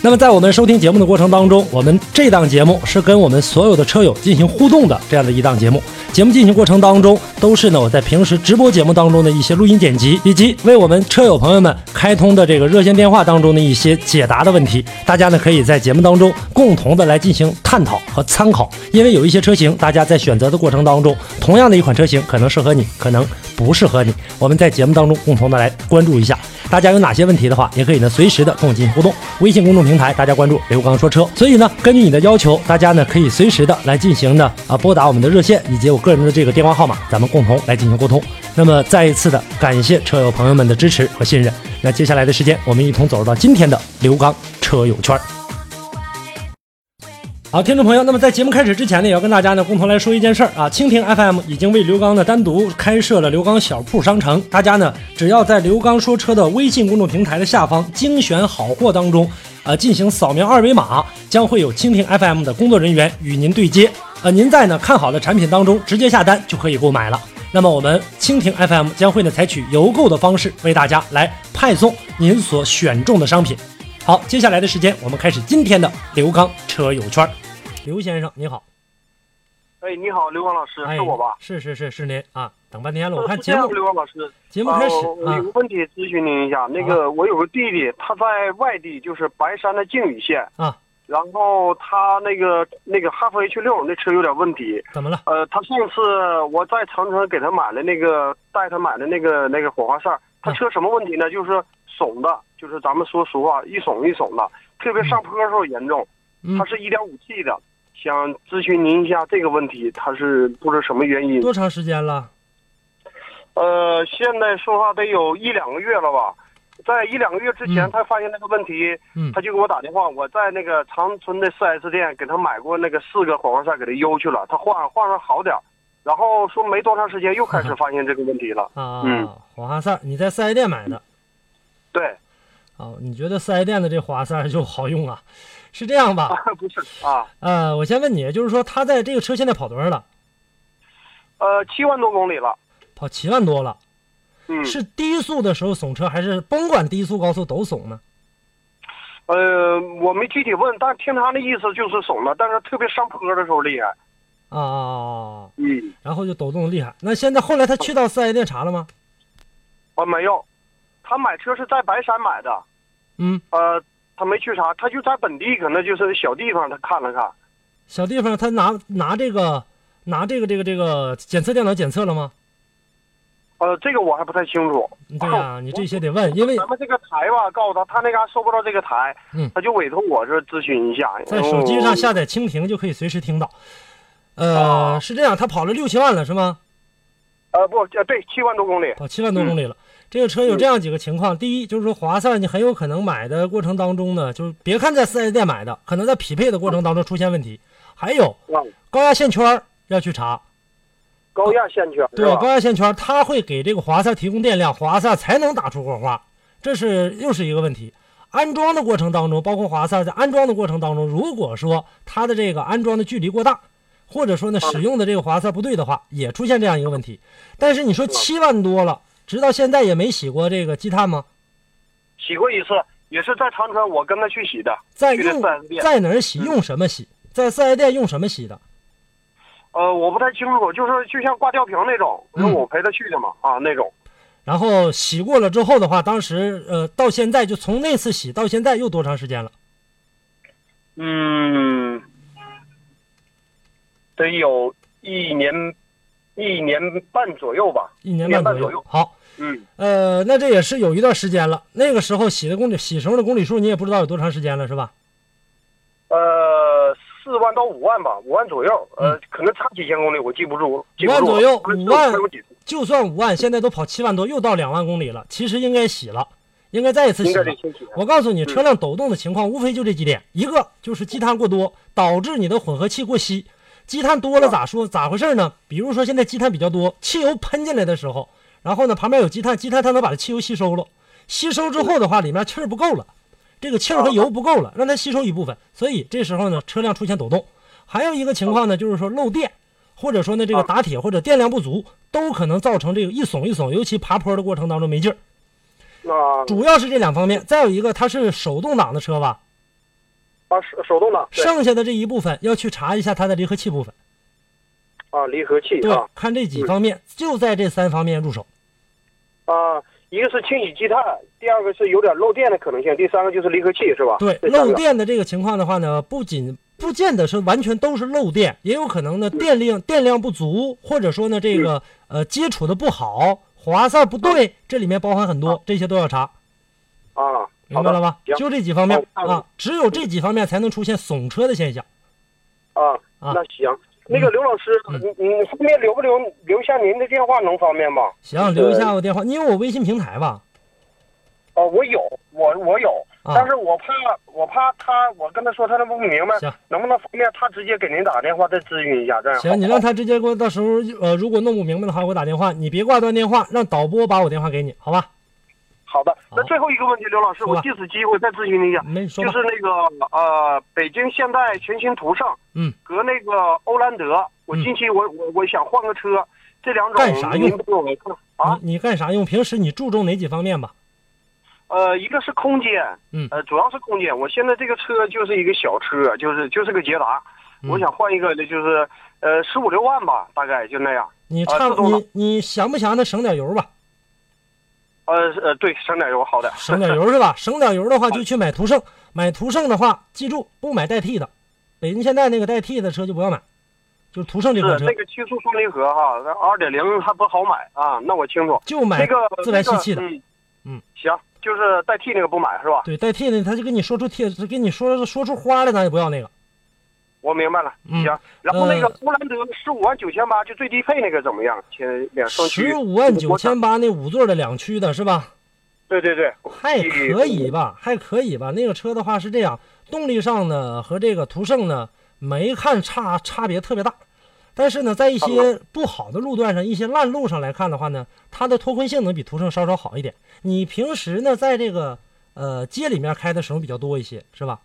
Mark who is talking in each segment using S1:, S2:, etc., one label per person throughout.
S1: 那么在我们收听节目的过程当中，我们这档节目是跟我们所有的车友进行互动的这样的一档节目。节目进行过程当中，都是呢我在平时直播节目当中的一些录音剪辑，以及为我们车友朋友们开通的这个热线电话当中的一些解答的问题。大家呢可以在节目当中共同的来进行探讨和参考，因为有一些车型，大家在选择的过程当中，同样的一款车型可能适合你，可能不适合你。我们在节目当中共同的来关注一下。大家有哪些问题的话，也可以呢随时的跟我进行互动。微信公众平台大家关注“刘刚说车”，所以呢，根据你的要求，大家呢可以随时的来进行呢啊拨打我们的热线以及我个人的这个电话号码，咱们共同来进行沟通。那么再一次的感谢车友朋友们的支持和信任。那接下来的时间，我们一同走入到今天的刘刚车友圈。好，听众朋友，那么在节目开始之前呢，也要跟大家呢共同来说一件事儿啊。蜻蜓 FM 已经为刘刚呢单独开设了刘刚小铺商城，大家呢只要在刘刚说车的微信公众平台的下方精选好货当中，呃，进行扫描二维码，将会有蜻蜓 FM 的工作人员与您对接。呃，您在呢看好的产品当中直接下单就可以购买了。那么我们蜻蜓 FM 将会呢采取邮购的方式为大家来派送您所选中的商品。好，接下来的时间我们开始今天的刘刚车友圈。刘先生，你好，
S2: 哎，你好，刘光老师，
S1: 哎，
S2: 是我吧？
S1: 是是是是您啊，等半天了，
S2: 呃
S1: 我看
S2: 是
S1: 节
S2: 这样
S1: 目
S2: 的，刘光老师，
S1: 节目
S2: 啊
S1: 开始
S2: 我我
S1: 啊
S2: 有个问题咨询您一下，那个我有个弟弟，他在外地，就是白山的靖宇县，
S1: 啊，
S2: 然后他那个那个哈弗 H 六那车有点问题，
S1: 怎么了？
S2: 呃，他上次我在长城给他买的那个带他买的那个那个火花塞
S1: 啊
S2: 儿，他车什么问题呢？就是耸的，就是咱们说俗话，一耸一耸的，特别上坡的时候严重。
S1: 嗯
S2: 它，是一点五 T 的，想咨询您一下这个问题，它是不知什么原因？
S1: 多长时间了？
S2: 呃，现在说话得有一两个月了吧，在一两个月之前，
S1: 嗯
S2: 他发现那个问题，
S1: 嗯
S2: 他就给我打电话。我在那个长春的 4S 店给他买过那个四个火花塞，给他邮去了，他换换上好点儿然后说没多长时间又开始发现这个问题了。
S1: 啊，
S2: 嗯
S1: 火花塞，你在四 S 店买的
S2: 对，
S1: 啊？你觉得四 S 店的这火花塞就好用啊？是这样吧？
S2: 不是啊，
S1: 呃，我先问你，就是说它在这个车现在跑多少了？
S2: 呃，七万多公里了，
S1: 跑七万多了，
S2: 嗯，
S1: 是低速的时候耸车，还是甭管低速高速都耸呢？
S2: 呃，我没具体问，但听他的意思就是怂了，但是特别上坡的时候厉害，
S1: 啊，
S2: 嗯，
S1: 然后就抖动得厉害。那现在后来他去到四 S 店查了吗？
S2: 啊没有，他买车是在白山买的，
S1: 嗯，
S2: 呃，他没去查，他就在本地，可能就是小地方，他看了看，
S1: 小地方他拿拿这个拿这个这个这个检测电脑检测了吗？
S2: 呃，这个我还不太清楚。
S1: 对呀、
S2: 哦
S1: 你这些得问，因为
S2: 咱们这个台吧，告诉他，他那嘎收不到这个台，
S1: 嗯
S2: 他就委托我这咨询一下。
S1: 在手机上
S2: 然
S1: 下
S2: 后
S1: 载蜻蜓就可以随时听到。呃，
S2: 哦
S1: 是这样，他跑了六七万了是吗？
S2: 呃不，呃对，七万多公里，
S1: 跑七万多公里了。这个车有这样几个情况：第一，就是说华赛你很有可能买的过程当中呢，就是别看在四 S 店买的，可能在匹配的过程当中出现问题。还有
S2: 嗯，
S1: 高压线圈儿要去查，
S2: 高压线圈是
S1: 对，
S2: 吧
S1: 高？压线圈儿它会给这个华赛提供电量，华赛才能打出火花，这是又是一个问题。安装的过程当中，包括华赛在安装的过程当中，如果说它的这个安装的距离过大，或者说呢使用的这个华赛不对的话，也出现这样一个问题。但是你说七万多了，直到现在也没洗过这个积碳吗？
S2: 洗过一次，也是在长春，我跟他去洗的。
S1: 在
S2: 去了
S1: 用
S2: 四 S 店
S1: 在哪儿洗，用什么洗，在四 S 店用什么洗的？
S2: 呃，我不太清楚，就是就像挂吊瓶那种，因为
S1: 嗯
S2: 我陪他去的嘛，啊那种。
S1: 然后洗过了之后的话，当时呃到现在就从那次洗到现在又多长时间了？
S2: 嗯，得有一年一年半左右吧。
S1: 一年
S2: 一年
S1: 半
S2: 半
S1: 左
S2: 左右
S1: 好，
S2: 嗯，
S1: 呃，那这也是有一段时间了。那个时候洗的公里，洗时候的公里数你也不知道有多长时间了，是吧？
S2: 呃，四万到五万吧，五万左右，呃，可能差几千公里，我记不住，
S1: 五
S2: 记不
S1: 万
S2: 住
S1: 左右
S2: 了
S1: 五万
S2: 开过几次
S1: 就算五万，现在都跑七万多，又到两万公里了，其实应该洗了，应该再一次
S2: 应
S1: 洗
S2: 该
S1: 了
S2: 得。清洗。
S1: 我告诉你，车辆抖动的情况无非就这几点，一个就是积碳过多，导致你的混合气过稀。积碳多了咋说咋回事呢？比如说现在积碳比较多，汽油喷进来的时候，然后呢旁边有积碳，积碳它能把这汽油吸收了，吸收之后的话，里面气儿不够了，这个气儿和油不够了，让它吸收一部分，所以这时候呢车辆出现抖动。还有一个情况呢，就是说漏电，或者说呢这个打铁或者电量不足，都可能造成这个一耸一耸，尤其爬坡的过程当中没劲儿。
S2: 啊
S1: 主要是这两方面，再有一个它是手动挡的车吧，
S2: 啊，手手动挡，对
S1: 剩下的这一部分要去查一下它的离合器部分，
S2: 啊，离合器
S1: 对
S2: 啊，
S1: 看这几方面，就在这三方面入手。
S2: 啊，一个是清洗积碳，第二个是有点漏电的可能性，第三个就是离合器是吧？
S1: 对，
S2: 这三
S1: 漏
S2: 个
S1: 电的这个情况的话呢，不仅不见得是完全都是漏电，也有可能
S2: 嗯
S1: 呢电量电量不足，或者说呢这个呃接触的不好，滑塞不
S2: 嗯
S1: 对，这里面包含很多，这些都要查，
S2: 啊，
S1: 明白
S2: 好的
S1: 了吧？
S2: 行
S1: 就这几方面
S2: 好看了
S1: 啊，只有这几方面才能出现耸车的现象。
S2: 啊，
S1: 啊嗯
S2: 那行，那个刘老师，你你后面留不留留下您的电话能方便吗？
S1: 行，留一下我电话，你有我微信平台吧？
S2: 哦，我有，我我有，
S1: 啊
S2: 但是我怕我怕他，我跟他说他都不明白
S1: 行，
S2: 能不能方便他直接给您打电话再咨询一下，这样好不 好
S1: 行，你让他直接给我，到时候呃，如果弄不明白的话，给我打电话，你别挂断电话，让导播把我电话给你，好吧？
S2: 好的。那
S1: 好
S2: 最后一个问题，刘老师，
S1: 说吧
S2: 我借此机会再咨询您一下，
S1: 没说
S2: 就
S1: 吧？
S2: 是那个呃，北京现代全新途胜，
S1: 嗯，
S2: 和那个欧蓝德，我
S1: 嗯
S2: 近期我我我想换个车，这两种
S1: 干啥用
S2: 您帮我看啊？
S1: 你你干啥用？平时你注重哪几方面吧？
S2: 呃，一个是空间，
S1: 嗯
S2: 呃，主要是空间。我现在这个车就是一个小车，就是就是个捷达，
S1: 嗯
S2: 我想换一个，就是呃十五六万吧，大概就那样。
S1: 你
S2: 啊
S1: 差、
S2: 注重了
S1: 你你想不想那省点油吧？
S2: 呃是呃，对，省点油好的。
S1: 省 点油是吧？省点油的话就去买途胜，买途胜的话，记住不买代替的，北京现代那个代替的车就不要买，就是途胜这
S2: 是
S1: 款车
S2: 那个七速双离合哈，那二点零还不好买啊，那我清楚。
S1: 就买
S2: 那个
S1: 自来吸气的
S2: 那。个嗯
S1: 嗯
S2: 行，就是代替那个不买是吧？
S1: 对，代替的他就跟你说出贴，给你说说出花来，咱也不要那个。
S2: 我明白了，
S1: 嗯
S2: 行。然后那个
S1: 呃
S2: 乌兰德十五万九千八，就最低配那个怎么样？前两双驱。
S1: 十五万九千八那五座的两驱的是吧？
S2: 对对对，
S1: 还可以吧，还可以吧。那个车的话是这样，动力上呢和这个途胜呢没看差差别特别大，但是呢，在一些不好的路段上、一些烂路上来看的话呢，它的脱困性能比途胜稍稍好一点。你平时呢在这个呃街里面开的时候比较多一些，是吧？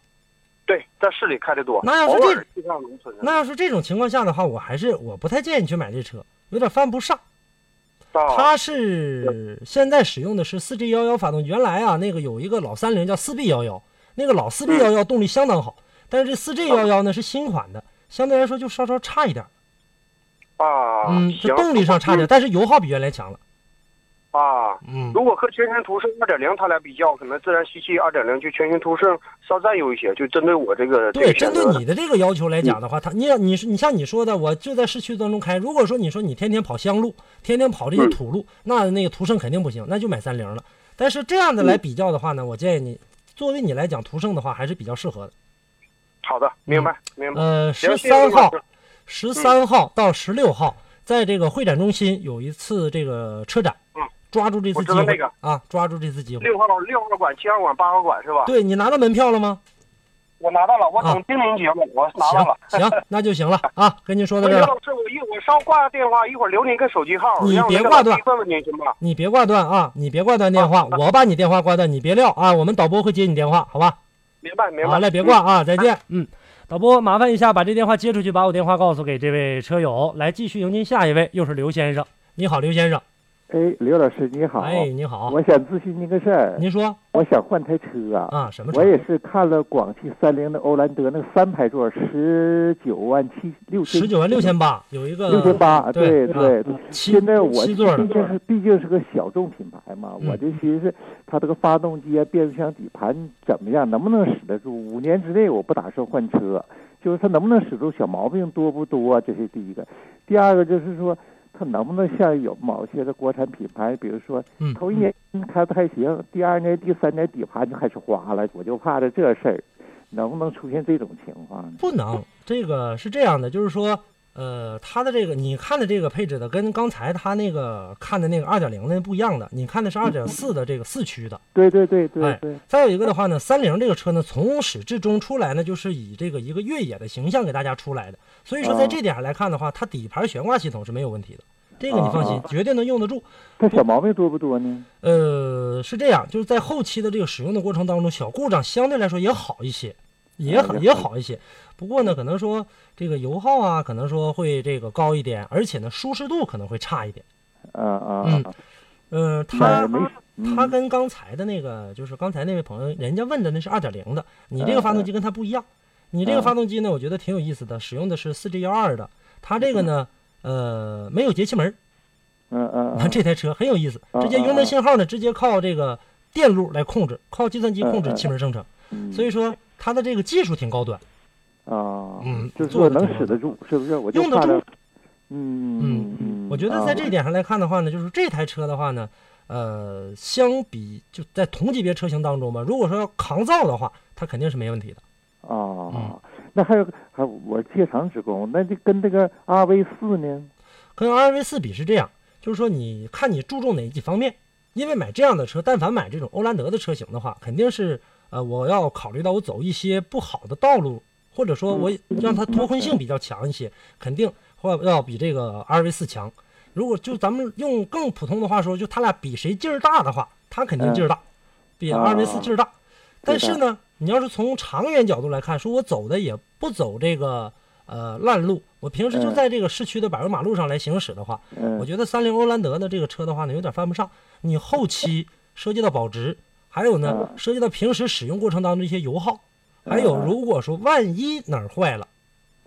S2: 对，在市里开的多。
S1: 那要是
S2: 偶
S1: 这
S2: 尔去趟农村
S1: 那要是这种情况下的话，我还是我不太建议你去买这车，有点犯不上。
S2: 啊
S1: 它是现在使用的是四 G 幺幺发动机，原来啊那个有一个老三菱叫四 B 幺幺，那个老四 B
S2: 嗯
S1: 幺幺动力相当好，但是这四 G 幺
S2: 哦
S1: 幺呢是新款的，相对来说就稍稍差一点，
S2: 啊，
S1: 嗯，这
S2: 行，
S1: 动力上差点，但是油耗比原来强了，
S2: 啊。
S1: 嗯，
S2: 如果和全新途胜二点零它俩比较，可能自然吸气二点零就全新途胜稍占优一些，就针对嗯我这个这
S1: 对，
S2: 个
S1: 针
S2: 选
S1: 对
S2: 择
S1: 你的这个要求来讲的话，它你要你是你像你说的，我就在市区当中开，如果说你说你天天跑乡路，天天跑这些
S2: 嗯
S1: 土路，那那个途胜肯定不行，那就买三菱了。但是这样的来
S2: 嗯
S1: 比较的话呢，我建议你作为你来讲，途胜的话还是比较适合的。
S2: 好的，明白明白。
S1: 呃，
S2: 行
S1: 嗯十
S2: 谢谢刘
S1: 三
S2: 老
S1: 号
S2: 师，
S1: 十
S2: 嗯
S1: 三号到十六号，在这个会展中心有一次这个车展，
S2: 嗯
S1: 抓住这次
S2: 我知
S1: 机会、
S2: 道那个
S1: 啊，抓住这次机会。
S2: 六号六号馆、七号馆、八号馆是吧？
S1: 对你拿到门票了吗？
S2: 我拿到了，我
S1: 啊
S2: 等听您节目，我拿到了。
S1: 行 行，那就行了啊，跟您啊说到这
S2: 刘
S1: 儿了，
S2: 老师，我一我稍挂电话，一会儿留您个手机号，
S1: 你
S2: 让
S1: 别
S2: 那个
S1: 挂
S2: 老
S1: 断
S2: 弟问问您行吗？
S1: 你别挂断啊，你别挂断电话，我把你电话挂断，你别撂啊，我们导播会接你电话，好吧？
S2: 明白明白。
S1: 好嘞，别
S2: 嗯
S1: 挂啊，再见。嗯，导播麻烦一下把这电话接出去，把我电话告诉给这位车友，来继续迎接下一位，又是刘先生。你好，刘先生。
S3: 哎，刘老师你好，
S1: 哎，你好，
S3: 我想咨询您个事儿，
S1: 您说
S3: 我想换台车啊，
S1: 啊，什么车？
S3: 我也是看了广汽三菱的欧蓝德那个三排座，十九万七六千
S1: 十九万六千八，有一个
S3: 六千八，
S1: 对
S3: 对
S1: 啊
S3: 对。
S1: 七
S3: 现在我
S1: 七座的
S3: 毕竟是毕竟是个小众品牌嘛，
S1: 嗯
S3: 我就寻思它这个发动机啊、变速箱、底盘怎么样，能不能使得住？五年之内我不打算换车，就是它能不能使住小毛病多不多啊？这是第一个。第二个就是说，它能不能像有某些的国产品牌，比如说
S1: 嗯，
S3: 头一年开不太行，第二年、第三年底盘就开始花了，我就怕着这事儿能不能出现这种情况呢？
S1: 不能，这个是这样的，就是说，呃，它的这个你看的这个配置的，跟刚才他那个看的那个二点零的不一样的，你看的是二点四的这个四驱的。
S3: 对对对对
S1: 哎
S3: 对，，
S1: 再有一个的话呢，三菱这个车呢，从始至终出来呢，就是以这个一个越野的形象给大家出来的。所以说，
S3: 哦
S1: 在这点上来看的话，它底盘悬挂系统是没有问题的，这个你放心
S3: 啊，
S1: 绝对能用得住。
S3: 它小毛病多不多呢？
S1: 呃，是这样，就是在后期的这个使用的过程当中，小故障相对来说也好一些，啊也好也好一些。不过呢，可能说这个油耗啊，可能说会这个高一点，而且呢，舒适度可能会差一点。
S3: 啊啊，
S1: 嗯
S3: 啊
S1: 呃，
S3: 买
S1: 它
S3: 没嗯
S1: 它跟刚才的那个，就是刚才那位朋友，人家问的那是二点零的，你这个发动机跟它不一样。你这个发动机呢，我觉得挺有意思的，使用的是四 G 幺二的，它这个呢，呃，没有节气门儿，
S3: 嗯嗯
S1: 啊，
S3: 嗯，
S1: 这台车很有意思，
S3: 啊
S1: 直接油门信号呢，直接靠这个电路来控制，靠计算机控制
S3: 嗯嗯
S1: 气门生成，
S3: 嗯
S1: 所以说它的这个技术挺高端。
S3: 啊，
S1: 嗯
S3: 就是
S1: 做
S3: 说
S1: 得
S3: 能
S1: 挺好
S3: 使
S1: 的
S3: 得住，是不是？我就
S1: 用得
S3: 怕它
S1: 住，
S3: 嗯嗯，
S1: 我觉得
S3: 啊
S1: 在这一点上来看的话呢，就是这台车的话呢，呃，相比就在同级别车型当中吧，如果说要抗造的话，它肯定是没问题的。嗯
S3: 啊，那还有还有我借长职工，那就跟这个 RV 四呢？
S1: 跟 RV 四比是这样，就是说你看你注重哪几方面，因为买这样的车，但凡买这种欧蓝德的车型的话，肯定是呃我要考虑到我走一些不好的道路，或者说我让它脱困性比较强一些，肯定会要比这个 RV 四强。如果就咱们用更普通的话说，就他俩比谁劲儿大的话，他肯定劲儿大，比
S3: 啊
S1: RV 四劲儿大。但是呢，你要是从长远角度来看，说我走的也不走这个呃烂路，我平时就
S3: 嗯
S1: 在这个市区的柏油马路上来行驶的话，
S3: 嗯
S1: 我觉得三菱欧蓝德的这个车的话呢，有点犯不上。你后期涉及到保值，还有呢
S3: 嗯
S1: 涉及到平时使用过程当中的一些油耗，还有
S3: 嗯嗯
S1: 如果说万一哪儿坏了，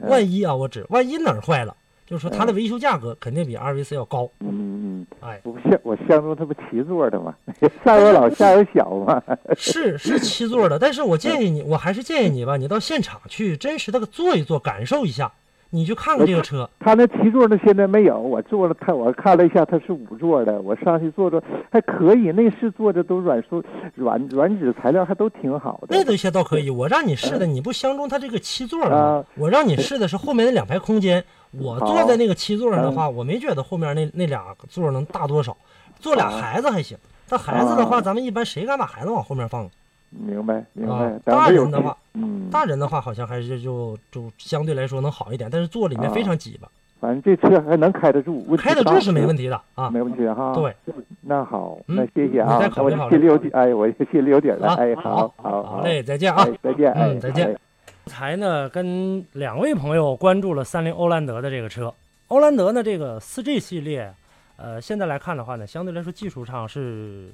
S3: 嗯
S1: 万一啊，我指万一哪儿坏了，就是说它的维修价格肯定比 RVC 要高。
S3: 嗯嗯，
S1: 哎，
S3: 我不像我相中它不七座的嘛， 上有老下有小嘛，
S1: 是是七座的，但是我建议你，我还是建议你吧，你到现场去真实的坐一坐，感受一下，你去看看这个车。
S3: 他那七座的现在没有，我坐了他，我看了一下，他是五座的，我上去坐坐还可以，内饰做的都软塑软软纸材料还都挺好的。
S1: 那东西倒可以，我让你试的，你不相中它这个七座了吗
S3: 啊？
S1: 我让你试的是后面那两排空间。我坐在那个七座上的
S3: 啊
S1: 话，我没觉得后面那那俩座能大多少，坐俩孩子还行。但孩子的话，
S3: 啊
S1: 咱们一般谁敢把孩子往后面放？
S3: 明白明
S1: 啊
S3: 白，
S1: 大
S3: 当时有
S1: 人的话，
S3: 嗯，
S1: 大人的话好像还是就就相对来说能好一点，但是坐里
S3: 啊
S1: 面非常挤吧，
S3: 反正这车还能开得住，问题
S1: 开得住
S3: 大
S1: 是没问题的啊。
S3: 没问题哈。
S1: 对，
S3: 那好，
S1: 嗯
S3: 那谢谢啊，
S1: 你再
S3: 那
S1: 考
S3: 我
S1: 虑考虑
S3: 心里有底，哎，我心里有底了，
S1: 啊
S3: 哎，
S1: 好
S3: 好
S1: 好嘞，，再见啊
S3: 哎。，再见，哎，
S1: 嗯再见
S3: 哎
S1: 刚才呢，跟两位朋友关注了三菱欧蓝德的这个车。欧蓝德呢，这个 4G 系列，呃，现在来看的话呢，相对来说技术上是，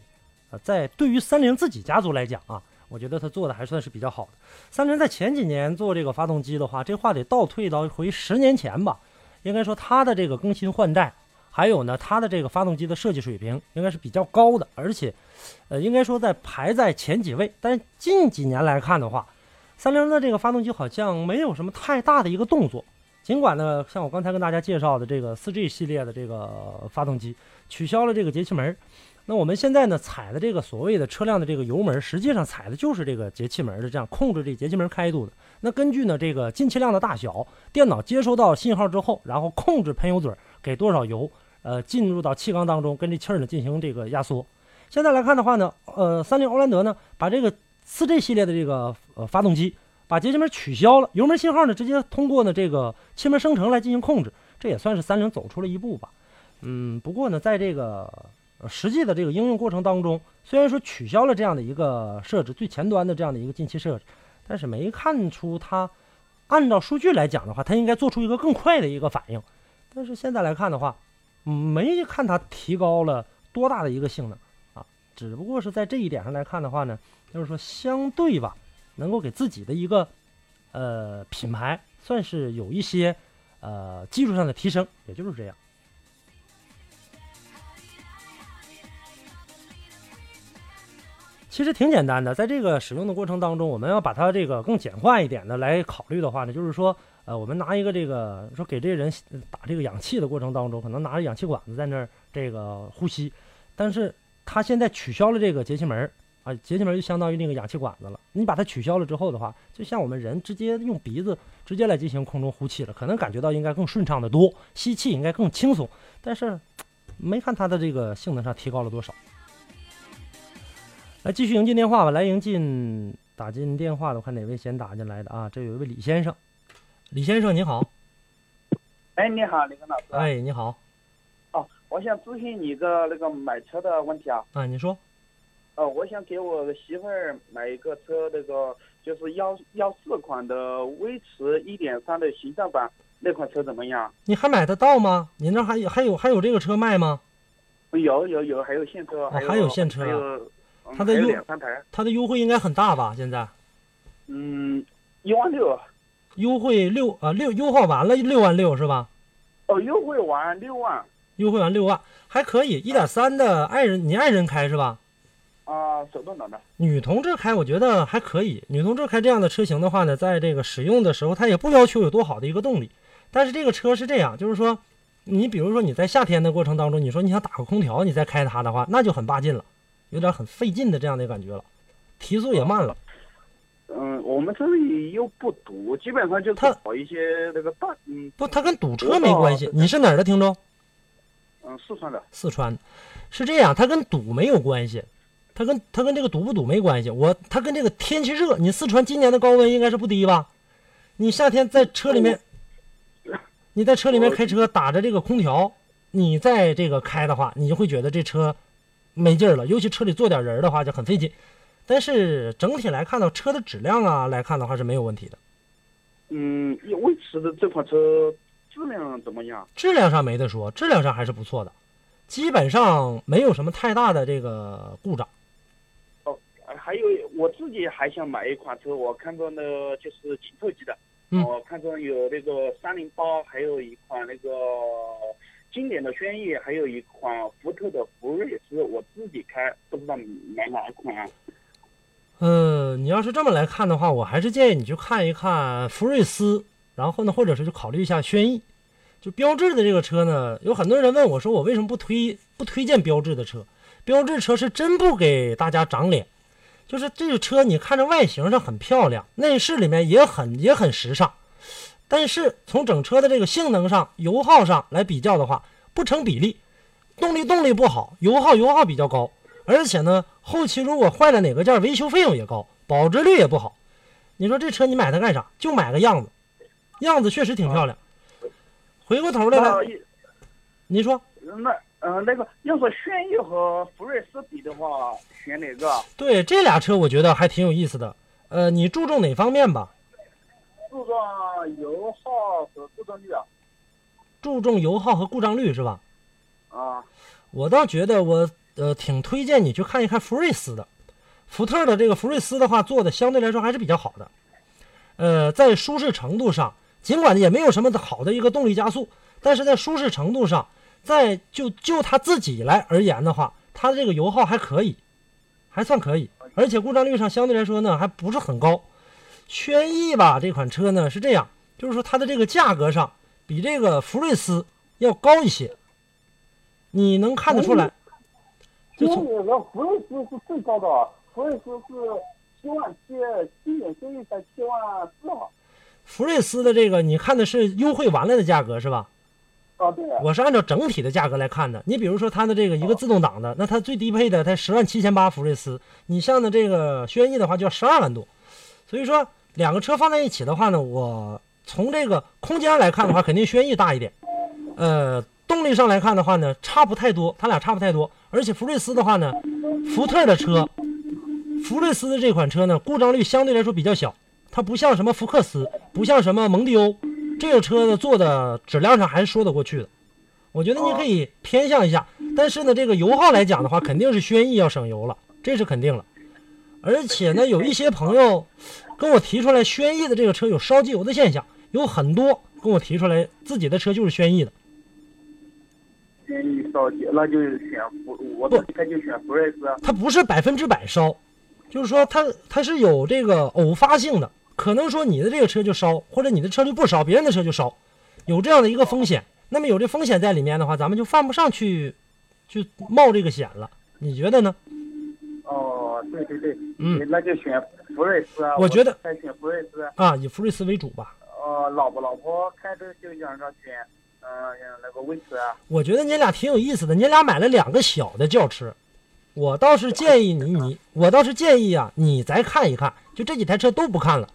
S1: 呃，在对于三菱自己家族来讲啊，我觉得它做的还算是比较好的。三菱在前几年做这个发动机的话，这话得倒退到回十年前吧，应该说它的这个更新换代，还有呢，它的这个发动机的设计水平应该是比较高的，而且，呃，应该说在排在前几位。但是近几年来看的话，三菱的这个发动机好像没有什么太大的一个动作。尽管呢，像我刚才跟大家介绍的这个 4G 系列的这个呃发动机取消了这个节气门儿，那我们现在呢踩的这个所谓的车辆的这个油门儿，实际上踩的就是这个节气门儿的这样控制这节气门儿开度的。那根据呢这个进气量的大小，电脑接收到信号之后，然后控制喷油嘴儿给多少油，呃，进入到气缸当中，跟这气儿呢进行这个压缩。现在来看的话呢，呃，三菱欧蓝德呢把这个 4G 系列的这个呃发动机把节气门取消了，油门信号呢直接通过呢这个气门生成来进行控制，这也算是三菱走出了一步吧。嗯，不过呢，在这个呃实际的这个应用过程当中，虽然说取消了这样的一个设置，最前端的这样的一个进气设置，但是没看出它按照数据来讲的话，它应该做出一个更快的一个反应。但是现在来看的话，嗯没看它提高了多大的一个性能啊，只不过是在这一点上来看的话呢，就是说相对吧，能够给自己的一个呃品牌算是有一些呃技术上的提升，也就是这样。其实挺简单的，在这个使用的过程当中，我们要把它这个更简化一点的来考虑的话呢，就是说，呃，我们拿一个这个说给这人呃打这个氧气的过程当中，可能拿着氧气管子在那儿这个呼吸，但是他现在取消了这个节气门儿，啊，节气门就相当于那个氧气管子了。你把它取消了之后的话，就像我们人直接用鼻子直接来进行空中呼气了，可能感觉到应该更顺畅的多，吸气应该更轻松，但是没看它的这个性能上提高了多少。来继续迎进电话吧，来迎进打进电话的，我看哪位先打进来的啊？这有一位李先生，李先生你好，
S2: 哎，你好，李根老师。
S1: 哎，你好，
S2: 哦，我想咨询你个那个买车的问题啊。
S1: 啊，你说，
S2: 哦，我想给我媳妇儿买一个车，那个就是幺幺四款的威驰一点三的形象版，那款车怎么样？
S1: 你还买得到吗？您那儿还有还有还有这个车卖吗？
S2: 有有有，还有现车，还有、
S1: 还有现车啊
S2: 还有，嗯
S1: 它的
S2: 还有
S1: 用
S2: 两三台，
S1: 它的优惠应该很大吧？现在
S2: 嗯，一万六，
S1: 优惠六啊六优惠完了六万六是吧？
S2: 哦，优惠完六万
S1: 优惠完六万还可以，一点三的爱人你爱人开是吧？
S2: 啊，手动挡的。
S1: 女同志开我觉得还可以，女同志开这样的车型的话呢，在这个使用的时候，它也不要求有多好的一个动力，但是这个车是这样，就是说，你比如说你在夏天的过程当中，你说你想打个空调，你再开它的话，那就很霸劲了，有点很费劲的这样的感觉了，提速也慢了。
S2: 嗯，我们这里又不堵，基本上就是
S1: 它
S2: 跑一些那个大，嗯
S1: 不，它跟堵车没关系。你是哪儿的听众？
S2: 嗯，四川的。
S1: 四川的，是这样，它跟堵没有关系，它跟它跟这个堵不堵没关系。我它跟这个天气热，你四川今年的高温应该是不低吧？你夏天在车里面，你在车里面开车打着这个空调，你在这个开的话，你就会觉得这车没劲儿了。尤其车里坐点人儿的话就很费劲。但是整体来看呢，车的质量啊来看的话是没有问题的，
S2: 嗯，威驰的这款车质量怎么样？
S1: 质量上没得说，质量上还是不错的，基本上没有什么太大的这个故障。
S2: 哦，还有我自己还想买一款车，我看中的就是紧凑级的，
S1: 嗯
S2: 我看中有那个三零八，还有一款那个经典的轩逸，还有一款福特的福睿斯，我自己开，不知道买哪一款啊。
S1: 呃，你要是这么来看的话，我还是建议你去看一看福睿斯，然后呢，或者是去考虑一下轩逸。就标致的这个车呢，有很多人问我说，我为什么不推不推荐标致的车？标致车是真不给大家长脸，就是这个车你看着外形上很漂亮，内饰里面也很也很时尚，但是从整车的这个性能上、油耗上来比较的话，不成比例。动力动力不好，油耗油耗比较高，而且呢，后期如果坏了哪个件儿，维修费用也高，保值率也不好。你说这车你买它干啥？就买个样子，样子确实挺漂亮。回过头来
S2: 那
S1: 了，您说
S2: 啊那呃那个，要是轩逸和福睿斯比的话，选哪个啊？
S1: 对这俩车，我觉得还挺有意思的。呃，你注重哪方面吧？
S2: 注重油耗和故障率啊？
S1: 注重油耗和故障率是吧？
S2: 啊，
S1: 我倒觉得我呃挺推荐你去看一看福睿斯的，福特的这个福睿斯的话做的相对来说还是比较好的，呃，在舒适程度上，尽管也没有什么好的一个动力加速，但是在舒适程度上，在就就它自己来而言的话，它的这个油耗还可以，还算可以，而且故障率上相对来说呢还不是很高。轩逸吧这款车呢是这样，就是说它的这个价格上比这个福睿斯要高一些，你能看得出来。就
S2: 轩
S1: 从
S2: 逸和福睿斯是最高的啊，福睿斯是七万七，经典轩逸才七万四啊。
S1: 福睿斯的这个，你看的是优惠完了的价格是吧？
S2: 啊，对啊，
S1: 我是按照整体的价格来看的。你比如说它的这个一个自动挡的，那它最低配的才十万七千八福睿斯，你像的这个轩逸的话就要十二万多。所以说两个车放在一起的话呢，我从这个空间上来看的话，肯定轩逸大一点。呃，动力上来看的话呢，差不太多，它俩差不太多。而且福睿斯的话呢，福特的车，福睿斯的这款车呢，故障率相对来说比较小，它不像什么福克斯，不像什么蒙迪欧，这个车呢做的质量上还是说得过去的。我觉得你可以偏向一下，但是呢，这个油耗来讲的话，肯定是轩逸要省油了，这是肯定了。而且呢，有一些朋友跟我提出来，轩逸的这个车有烧机油的现象，有很多跟我提出来自己的车就是轩逸的。
S2: 轩逸烧机，那就选福，我
S1: 不
S2: 自己开就选福睿斯啊。
S1: 它不是百分之百烧，就是说它它是有这个偶发性的，可能说你的这个车就烧，或者你的车就不烧，别人的车就烧，有这样的一个风险。那么有这风险在里面的话，咱们就犯不上去去冒这个险了。你觉得呢？
S2: 哦，
S4: 对对对，
S1: 嗯，
S4: 那就选福睿斯啊。
S1: 我觉得
S4: 再选福睿斯，
S1: 啊，以福睿斯为主吧。
S4: 呃，老婆老婆开头就想着选，嗯、那个威斯啊。
S1: 我觉得你俩挺有意思的，你俩买了两个小的轿车，我倒是建议你，你我倒是建议啊，你再看一看，就这几台车都不看了，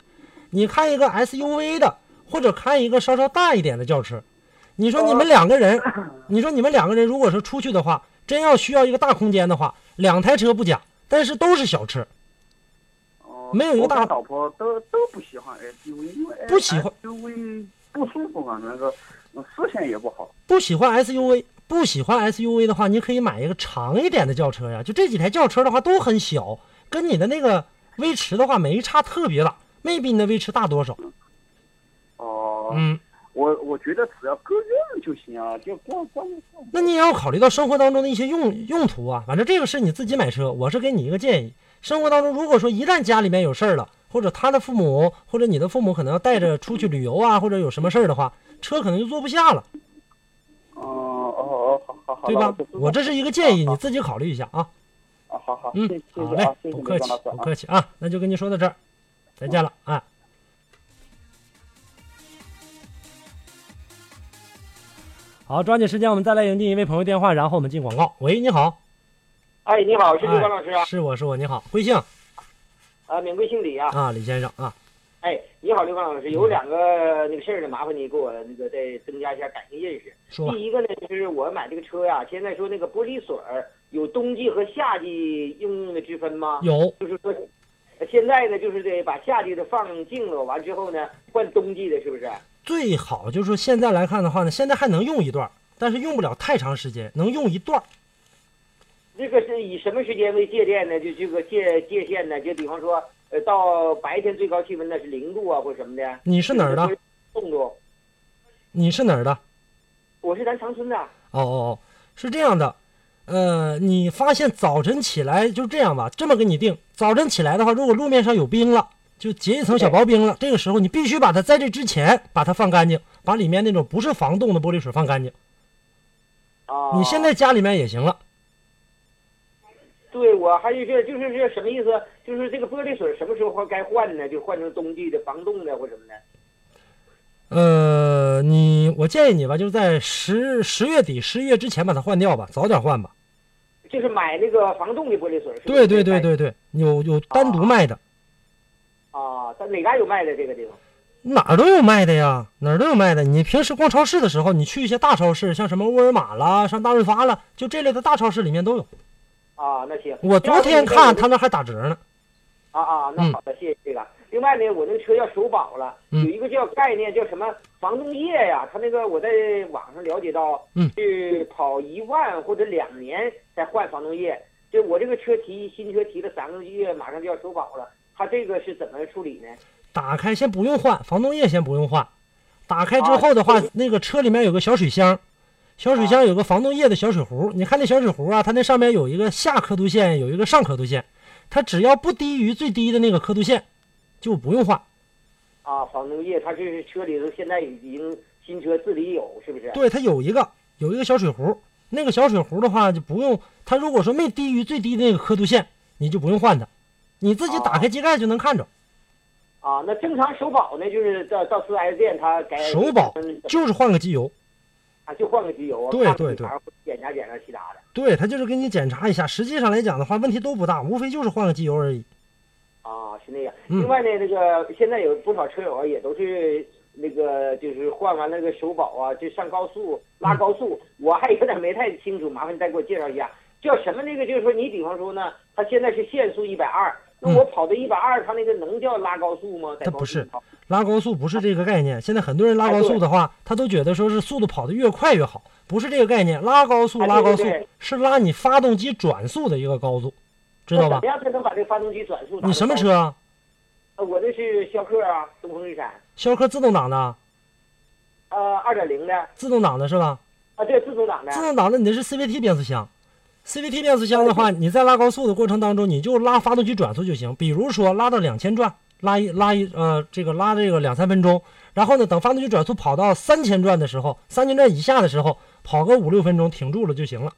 S1: 你看一个 SUV 的，或者看一个稍稍大一点的轿车。你说你们两个人，你说你们两个人如果是出去的话，真要需要一个大空间的话，两台车不假，但是都是小车。
S4: 哦
S1: 没有一个大
S4: 我跟老婆都都不喜欢 SUV，因为
S1: 不喜欢
S4: SUV 不舒服嘛，那个嗯视线也不好。
S1: 不喜欢 SUV，不喜欢 SUV 的话，你可以买一个长一点的轿车呀。就这几台轿车的话都很小，跟你的那个威驰的话没差特别大，没比你的威驰大多少。
S4: 哦、
S1: 嗯，
S4: 我我觉得只要够用就行啊，就光光光
S1: 那你也要考虑到生活当中的一些用用途啊。反正这个是你自己买车，我是给你一个建议。生活当中，如果说一旦家里面有事儿了，或者他的父母或者你的父母可能要带着出去旅游啊，或者有什么事儿的话，车可能就坐不下了，
S4: 哦哦哦，好好好，
S1: 对
S4: 那我
S1: 吧
S4: 就知？道
S1: 我这是一个建议，
S4: 好
S1: 你自己考虑一下啊。
S4: 好好好，谢
S1: 嗯
S4: 谢，谢
S1: 好
S4: 谢
S1: 嘞
S4: 啊，，谢谢
S1: 不
S4: 你
S1: 客
S4: 张
S1: 气
S4: 老，师嗯
S1: 不
S4: 啊。
S1: 客气啊，那就跟您说到这儿，再见了啊。好，抓紧时间，我们再来迎进一位朋友电话，然后我们进广告。喂，你好，
S5: 哎，你好，是
S1: 哎
S5: 刘刚老师啊，
S1: 是我是我，你好，贵姓
S5: 啊，免贵姓李啊。
S1: 啊？嗯李先生啊，
S5: 哎，你好，刘刚老师，有两个那个事儿呢，麻烦你给我那个再增加一下感情认识。
S1: 说吧
S4: 嗯
S5: 第，一个呢，就是我买这个车呀、现在说那个玻璃水儿有冬季和夏季应用的之分吗？
S1: 有
S5: 就是说，呃现在呢，就是得把夏季的放净了，完之后呢，换冬季的，是不是？
S1: 最好就是说现在来看的话呢，现在还能用一段儿，但是用不了太长时间，能用一段儿。
S5: 这个是以什么时间为界限呢？就这个界界限呢？就比方说，呃，到白天最高气温那是零度啊，或者什么的。
S1: 你是哪儿的？
S5: 冻度，
S1: 你是哪儿的？
S5: 我是咱长春的。
S1: 哦哦哦，是这样的，呃，你发现早晨起来就这样吧，这么给你定，早晨起来的话，如果路面上有冰了，就结一层小薄冰了，这个时候你必须把它在这之前把它放干净，把里面那种不是防冻的玻璃水放干净。
S5: 啊，
S1: 你现在家里面也行了，
S5: 对我还有这就是这什么意思？就是这个玻璃水什么时候该换呢？就换成冬季的防冻的或什么的。
S1: 呃，你我建议你吧，就是在十十月底、十一月之前把它换掉吧，早点换吧。
S5: 就是买那个防冻的玻璃水。是不
S1: 对哦
S5: 是
S1: 对对。对对，有有单独卖的，
S5: 啊，在哪嘎有卖的这个地方？
S1: 哪儿都有卖的呀，哪儿都有卖的。你平时逛超市的时候，你去一些大超市，像什么沃尔玛啦、上大润发啦，就这类的大超市里面都有。
S5: 啊，那行。
S1: 我昨天
S5: 哎
S1: 看他那还打折呢。
S5: 啊啊，那好的，谢谢这个。另外呢，我那个车要首保了，
S1: 嗯
S5: 有一个叫概念叫什么防冻液呀，它那个我在网上了解到，
S1: 嗯
S5: 是跑一万或者两年才换防冻液。这我这个车提新车提了三个月，马上就要首保了，它这个是怎么处理呢？
S1: 打开先不用换，防冻液先不用换。打开之后的话，那个车里面有个小水箱，小水箱有个防冻液的小水壶。你看那小水壶啊，它那上面有一个下刻度线，有一个上刻度线，它只要不低于最低的那个刻度线，就不用换。
S5: 啊，防冻液，它这是车里头现在已经新车自己有，是不是？
S1: 对，它有一个有一个小水壶，那个小水壶的话就不用，它如果说没低于最低的那个刻度线，你就不用换它，你自己打开机盖就能看
S5: 哦
S1: 着。
S5: 啊，那正常首保呢，就是到到四 S 店它改
S1: 首保
S5: 嗯
S1: 就是换个机油，
S5: 啊，就换个机油啊，
S1: 对
S5: 看
S1: 对
S5: 看
S1: 对
S5: 啥会检查检查其他的。
S1: 对，它就是给你检查一下。实际上来讲的话，问题都不大，无非就是换个机油而已。
S5: 啊，是那样。
S1: 嗯
S5: 另外呢，那个现在有不少车友啊，也都是那个就是换完那个首保啊，就上高速
S1: 嗯
S5: 拉高速，我还有点没太清楚，麻烦你再给我介绍一下，叫什么那个？就是说你比方说呢，它现在是限速一百二，那
S1: 嗯
S5: 我跑到一百二，它那个能叫拉高速吗？在
S1: 它
S5: 高
S1: 不
S5: 速
S1: 是
S5: 里跑
S1: 拉高速不是这个概念，现在很多人拉高速的话，他都觉得说是速度跑得越快越好，不是这个概念。拉高速，
S5: 哎
S1: 拉
S5: 对
S1: 高
S5: 对
S1: 速
S5: 对
S1: 是拉你发动机转速的一个高速，知道吧
S5: 怎么？样才能把这个发动机转速？
S1: 你什么？车啊？
S5: 呃我这是逍客啊，东风日产，
S1: 逍客自动挡的，
S5: 呃，二点零的
S1: 自动挡的是吧？
S5: 啊，对，自动挡的
S1: 自动挡的你这是 CVT 变速箱，CVT 变速箱的话，你在拉高速的过程当中，你就拉发动机转速就行。比如说拉到两千转，拉一拉一呃这个拉这个两三分钟，然后呢等发动机转速跑到三千转的时候，三千转以下的时候，跑个五六分钟停住了就行了。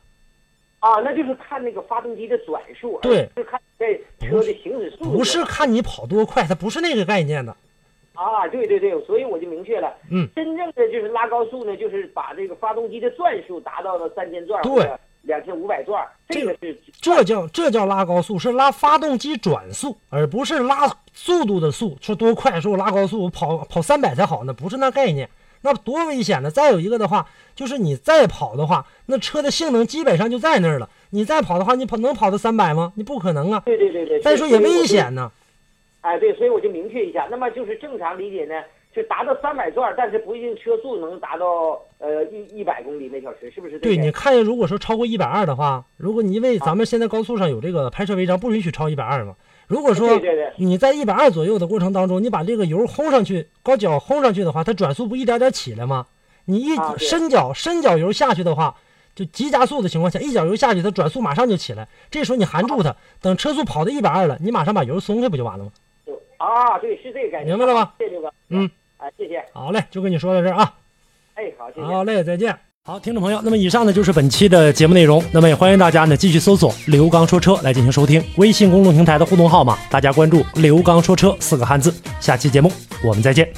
S5: 啊，那就是看那个发动机的转速，
S1: 对，
S5: 是看这车的行驶速度，
S1: 不是看你跑多快，它不是那个概念的。
S5: 啊，对对对，所以我就明确了，
S1: 嗯，
S5: 真正的就是拉高速呢，就是把这个发动机的转速达到了三千转，
S1: 对，
S5: 两千五百转，这个是
S1: 这叫这叫拉高速，是拉发动机转速，而不是拉速度的速。说多快，说我拉高速，我跑跑三百才好呢，不是那概念，那多危险呢！再有一个的话，就是你再跑的话，那车的性能基本上就在那儿了。你再跑的话，你跑能跑到三百吗？你不可能啊！
S5: 对对对对，
S1: 再说也危险呢。
S5: 哎，对，所以我就明确一下。那么就是正常理解呢，就达到三百转，但是不一定车速能达到呃一一百公里每小时，是不是这
S1: 对，
S5: 个？
S1: 你看，如果说超过一百二的话，如果你因
S5: 啊
S1: 为咱们现在高速上有这个拍摄违章，不允许超一百二嘛。如果说
S5: 对对对
S1: 你在一百二左右的过程当中，你把这个油轰上去，高脚轰上去的话，它转速不一点点起来吗？你一
S5: 啊对
S1: 伸脚伸脚油下去的话，就急加速的情况下，一脚油下去，它转速马上就起来。这时候你含住
S5: 啊
S1: 它，等车速跑到一百二了，你马上把油松开不就完了吗？
S5: 就啊，对，是这个概
S1: 明
S5: 念，
S1: 白了吧？
S5: 这就吧，
S1: 嗯，
S5: 啊，谢谢，
S1: 好嘞，就跟你说到这儿啊。
S5: 哎，好，谢谢。
S1: 好嘞，再见。好，听众朋友，那么以上呢就是本期的节目内容。那么也欢迎大家呢继续搜索“刘刚说车”来进行收听。微信公众平台的互动号码，大家关注“刘刚说车”四个汉字。下期节目我们再见。